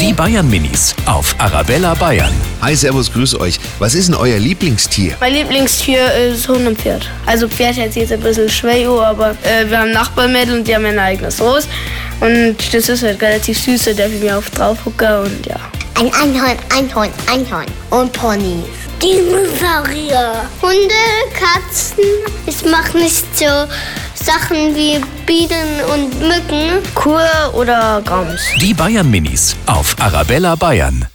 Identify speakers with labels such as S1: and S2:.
S1: Die Bayern Minis auf Arabella Bayern.
S2: Hi, Servus, grüß euch. Was ist denn euer Lieblingstier?
S3: Mein Lieblingstier ist Hundepferd. Also Pferd jetzt jetzt ein bisschen schwer, aber äh, wir haben Nachbarmädel und die haben ein eigenes Ross. Und das ist halt relativ süß, da darf ich mir auf drauf gucken und ja.
S4: Ein Einhorn, Einhorn, Einhorn. Und Ponys. Dinosaurier. Hunde, Katzen. Ich mache nicht so Sachen wie Bienen und Mücken.
S3: Kur oder Gams?
S1: Die Bayern Minis auf Arabella Bayern.